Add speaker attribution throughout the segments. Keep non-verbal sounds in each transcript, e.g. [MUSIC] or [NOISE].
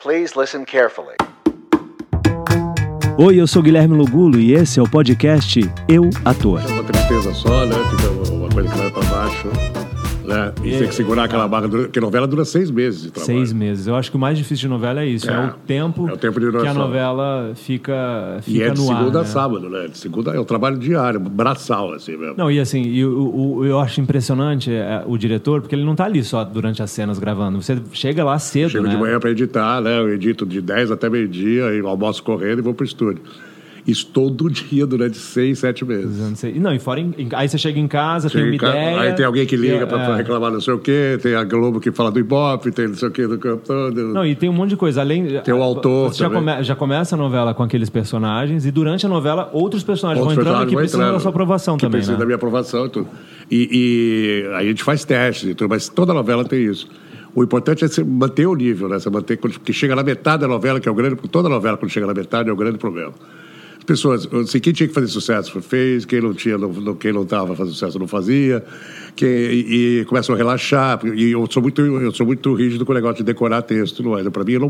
Speaker 1: Please listen carefully.
Speaker 2: Oi, eu sou Guilherme Lugulo e esse é o podcast Eu Ator.
Speaker 3: É uma tristeza só, né? Fica uma coisa que vai pra baixo. Né? E tem que segurar aquela barra, dura- porque novela dura seis meses de trabalho.
Speaker 4: É. Seis meses. Eu acho que o mais difícil de novela é isso.
Speaker 3: É.
Speaker 4: É, o tempo,
Speaker 3: É o tempo de
Speaker 4: que a
Speaker 3: duração.
Speaker 4: novela fica, fica
Speaker 3: E é de
Speaker 4: no
Speaker 3: segunda
Speaker 4: ar.
Speaker 3: a
Speaker 4: né?
Speaker 3: sábado, né? De segunda é o trabalho diário, braçal, assim mesmo.
Speaker 4: Não, e assim, e o- o- eu acho impressionante é, o diretor, porque ele não tá ali só durante as cenas gravando. Você chega lá cedo,
Speaker 3: Chego
Speaker 4: né?
Speaker 3: de manhã pra editar, né? Eu edito de 10 até meio-dia, e almoço correndo e vou pro estúdio. Isso todo [LAUGHS] dia durante seis, sete meses.
Speaker 4: Não sei- Não, e fora. em- em- aí você chega em casa, tem
Speaker 3: Chega
Speaker 4: uma
Speaker 3: em casa,
Speaker 4: ideia.
Speaker 3: aí tem alguém que liga
Speaker 4: é,
Speaker 3: pra, pra
Speaker 4: é.
Speaker 3: reclamar não sei o quê, tem a Globo que fala do Ibope, tem não sei o quê do campo todo.
Speaker 4: Não, e tem um monte de coisa. Além,
Speaker 3: Tem o autor
Speaker 4: Você já,
Speaker 3: também.
Speaker 4: come- já começa a novela com aqueles personagens e durante a novela outros personagens
Speaker 3: Outros
Speaker 4: vão entrando
Speaker 3: personagens
Speaker 4: que
Speaker 3: vão
Speaker 4: precisam
Speaker 3: entrando,
Speaker 4: da sua aprovação
Speaker 3: que
Speaker 4: também.
Speaker 3: Precisa
Speaker 4: né?
Speaker 3: da minha aprovação e tudo. E, e aí a gente faz testes e tudo, mas toda novela tem isso. O importante é você manter o nível, né? Você manter, porque chega na metade da novela, que é o grande. Toda novela, quando chega na metade, é o grande problema. As pessoas, assim, quem tinha que fazer sucesso fez, quem não tinha, não, não- quem não estava fazendo sucesso não fazia, quem, e, e começam a relaxar. E eu sou muito, eu sou muito rígido com o negócio de decorar texto, não é? Para mim, eu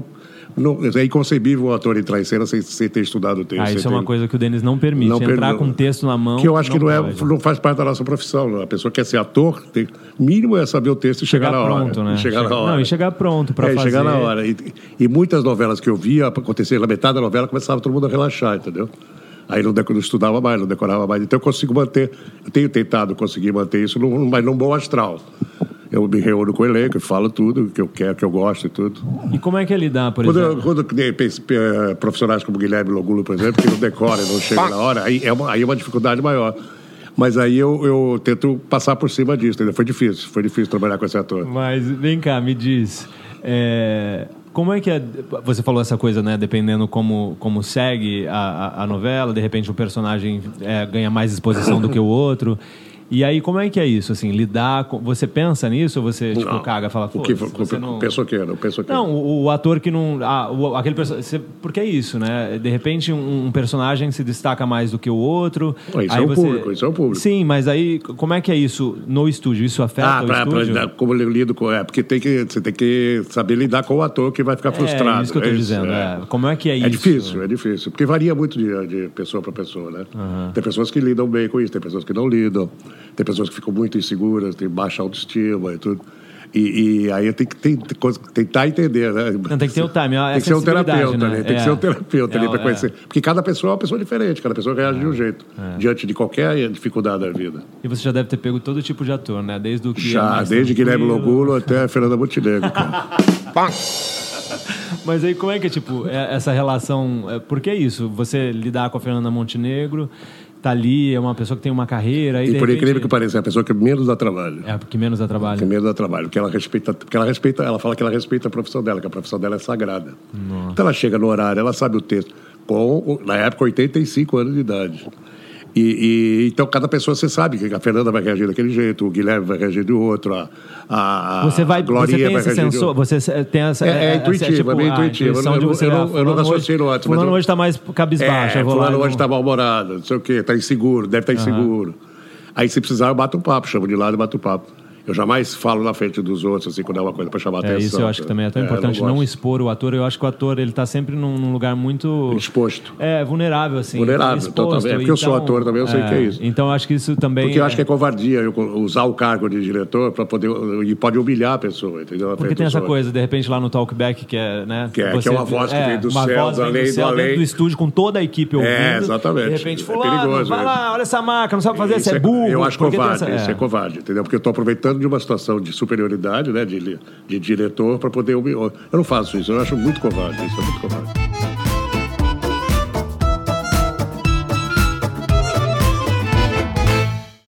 Speaker 3: não, não- é inconcebível o ator entrar em cena sem, sem ter estudado o texto.
Speaker 4: Ah,
Speaker 3: sem
Speaker 4: isso é
Speaker 3: ter-
Speaker 4: uma coisa que o Denis não permite.
Speaker 3: não
Speaker 4: Entrar
Speaker 3: perdoa.
Speaker 4: com um texto na mão.
Speaker 3: Que eu acho que não, é,
Speaker 4: pode.
Speaker 3: não faz parte da nossa profissão. não. A pessoa quer ser ator, tem, mínimo é saber o texto e chegar,
Speaker 4: Chegar
Speaker 3: na hora.
Speaker 4: pronto, né?
Speaker 3: E chegar
Speaker 4: Chega-
Speaker 3: na hora.
Speaker 4: não, e chegar pronto pra
Speaker 3: é, e
Speaker 4: fazer.
Speaker 3: chegar na hora. E, e muitas novelas que eu via acontecer, na metade da novela, começava todo mundo a relaxar, entendeu? Aí não, deco- não estudava mais, não decorava mais. Então eu consigo manter, eu tenho tentado conseguir manter isso, num- mas num bom astral. Eu me reúno com o elenco e falo tudo que eu quero, que eu gosto e tudo.
Speaker 4: E como é que é lidar, por
Speaker 3: Quando,
Speaker 4: exemplo?
Speaker 3: quando eh, pens- eh, profissionais como Guilherme Logulo, por exemplo, que não decora, não chega na hora, aí é uma, aí é uma dificuldade maior. Mas aí eu, eu tento passar por cima disso, entendeu? Foi difícil, foi difícil trabalhar com esse ator.
Speaker 4: Mas vem cá, me diz. é, Como é que é. Você falou essa coisa, né? Dependendo como, como segue a, a- a novela, de repente um personagem é, ganha mais exposição do que o outro. E aí, como é que é isso? Assim, lidar com. Você pensa nisso ou você, tipo,
Speaker 3: Não.
Speaker 4: caga, fala,
Speaker 3: o que
Speaker 4: "Foda-se,
Speaker 3: foi-
Speaker 4: você não...
Speaker 3: Pensou que era, pensou que era.
Speaker 4: Não, o, o ator que não. ah, o- aquele perso- você- Porque é isso, né? De repente um, um personagem se destaca mais do que o outro.
Speaker 3: Pô, isso
Speaker 4: aí
Speaker 3: é o
Speaker 4: você-
Speaker 3: público, isso é o público.
Speaker 4: Sim, mas aí c- como é que é isso no estúdio? Isso afeta
Speaker 3: Ah,
Speaker 4: o
Speaker 3: pra, pra
Speaker 4: estúdio?
Speaker 3: lidar, como eu lido com. É, porque tem que, você tem que saber lidar com o ator que vai ficar frustrado.
Speaker 4: É isso que eu tô
Speaker 3: né?
Speaker 4: dizendo. é. Como é que é, isso?
Speaker 3: É difícil, é difícil. Porque varia muito de, de pessoa para pessoa, né? Tem pessoas que lidam bem com isso, tem pessoas que não lidam, tem pessoas que ficam muito inseguras, tem baixa autoestima e tudo. E, e aí tem que tem- tem coisa- tentar entender, né?
Speaker 4: Não, tem que ter o time, a
Speaker 3: Tem que ser um
Speaker 4: sensibilidade,
Speaker 3: terapeuta
Speaker 4: né?
Speaker 3: ali, tem que
Speaker 4: É.
Speaker 3: ser um terapeuta ali
Speaker 4: É,
Speaker 3: para
Speaker 4: é.
Speaker 3: conhecer. Porque cada pessoa é uma pessoa diferente, cada pessoa reage de um jeito,
Speaker 4: É.
Speaker 3: diante de qualquer dificuldade da vida.
Speaker 4: E você já deve ter pego todo tipo de ator, né? Desde o que. é
Speaker 3: Já,
Speaker 4: mais
Speaker 3: desde Guilherme
Speaker 4: tranquilo.
Speaker 3: Logulo até
Speaker 4: [LAUGHS]
Speaker 3: Fernanda Montenegro, cara.
Speaker 4: Mas aí como é que é, tipo, é- essa relação. é, Por que isso? Você lidar com a Fernanda Montenegro, tá ali, é uma pessoa que tem uma carreira. Aí,
Speaker 3: E
Speaker 4: de
Speaker 3: por incrível
Speaker 4: repente-
Speaker 3: que pareça, é a pessoa que menos dá trabalho.
Speaker 4: É, porque menos dá trabalho.
Speaker 3: Tem medo do trabalho, porque ela respeita, porque ela respeita, ela fala que ela respeita a profissão dela, que a profissão dela é sagrada. Então ela chega no horário, ela sabe o texto, com o- na época 85 anos de idade. E, e- então cada pessoa você sabe que a Fernanda vai reagir daquele jeito, o Guilherme vai reagir de outro, a, a,
Speaker 4: Você vai,
Speaker 3: a Glorinha
Speaker 4: você tem
Speaker 3: vai
Speaker 4: esse
Speaker 3: reagir de
Speaker 4: sensor,
Speaker 3: outro.
Speaker 4: você eh, tem essa
Speaker 3: É- é intuitivo, é bem
Speaker 4: a
Speaker 3: intuitivo.
Speaker 4: intuição
Speaker 3: Eu
Speaker 4: de
Speaker 3: não-
Speaker 4: você,
Speaker 3: eu não-
Speaker 4: ah,
Speaker 3: eu não
Speaker 4: fulano
Speaker 3: raciocino
Speaker 4: hoje,
Speaker 3: antes, mas
Speaker 4: fulano
Speaker 3: eu-
Speaker 4: hoje tá mais cabisbaixo,
Speaker 3: É,
Speaker 4: eu vou lá. e
Speaker 3: fulano
Speaker 4: vou-
Speaker 3: hoje está mal-humorado, não sei o quê, está inseguro, deve estar inseguro. Aí, se precisar, eu bato um papo, chamo de lado e bato um papo. Eu jamais falo na frente dos outros, assim, quando é uma coisa para chamar
Speaker 4: É,
Speaker 3: atenção.
Speaker 4: isso eu acho que também é tão
Speaker 3: eu
Speaker 4: importante não,
Speaker 3: gosto.
Speaker 4: expor o ator. Eu acho que o ator ele tá sempre num, num lugar muito
Speaker 3: Exposto.
Speaker 4: É, vulnerável assim.
Speaker 3: Vulnerável, totalmente. É porque eu sou ator também, eu sei que é isso.
Speaker 4: Então eu acho que isso também
Speaker 3: Porque eu acho que é covardia eu co- usar o cargo de diretor para poder. E pode humilhar a pessoa, entendeu? Na
Speaker 4: Porque
Speaker 3: frente
Speaker 4: tem
Speaker 3: dos
Speaker 4: essa
Speaker 3: outros.
Speaker 4: coisa, de repente, lá no Talkback, que é, né?
Speaker 3: Que é- que é uma voz que vem do
Speaker 4: uma
Speaker 3: céu,
Speaker 4: voz
Speaker 3: do
Speaker 4: vem
Speaker 3: além, do
Speaker 4: do céu,
Speaker 3: além.
Speaker 4: dentro do estúdio, com toda a equipe ouvindo.
Speaker 3: exatamente.
Speaker 4: De repente,
Speaker 3: É
Speaker 4: fulano,
Speaker 3: perigoso
Speaker 4: vai
Speaker 3: mesmo.
Speaker 4: lá, olha essa marca, não sabe fazer,
Speaker 3: Isso
Speaker 4: você é burro.
Speaker 3: Eu acho
Speaker 4: Porque tem
Speaker 3: covarde,
Speaker 4: essa-
Speaker 3: isso é covarde, entendeu? Porque eu estou aproveitando de uma situação de superioridade, né, de, li- de diretor, para poder. humilhar. Eu não faço isso, eu acho muito covarde, isso é muito covarde.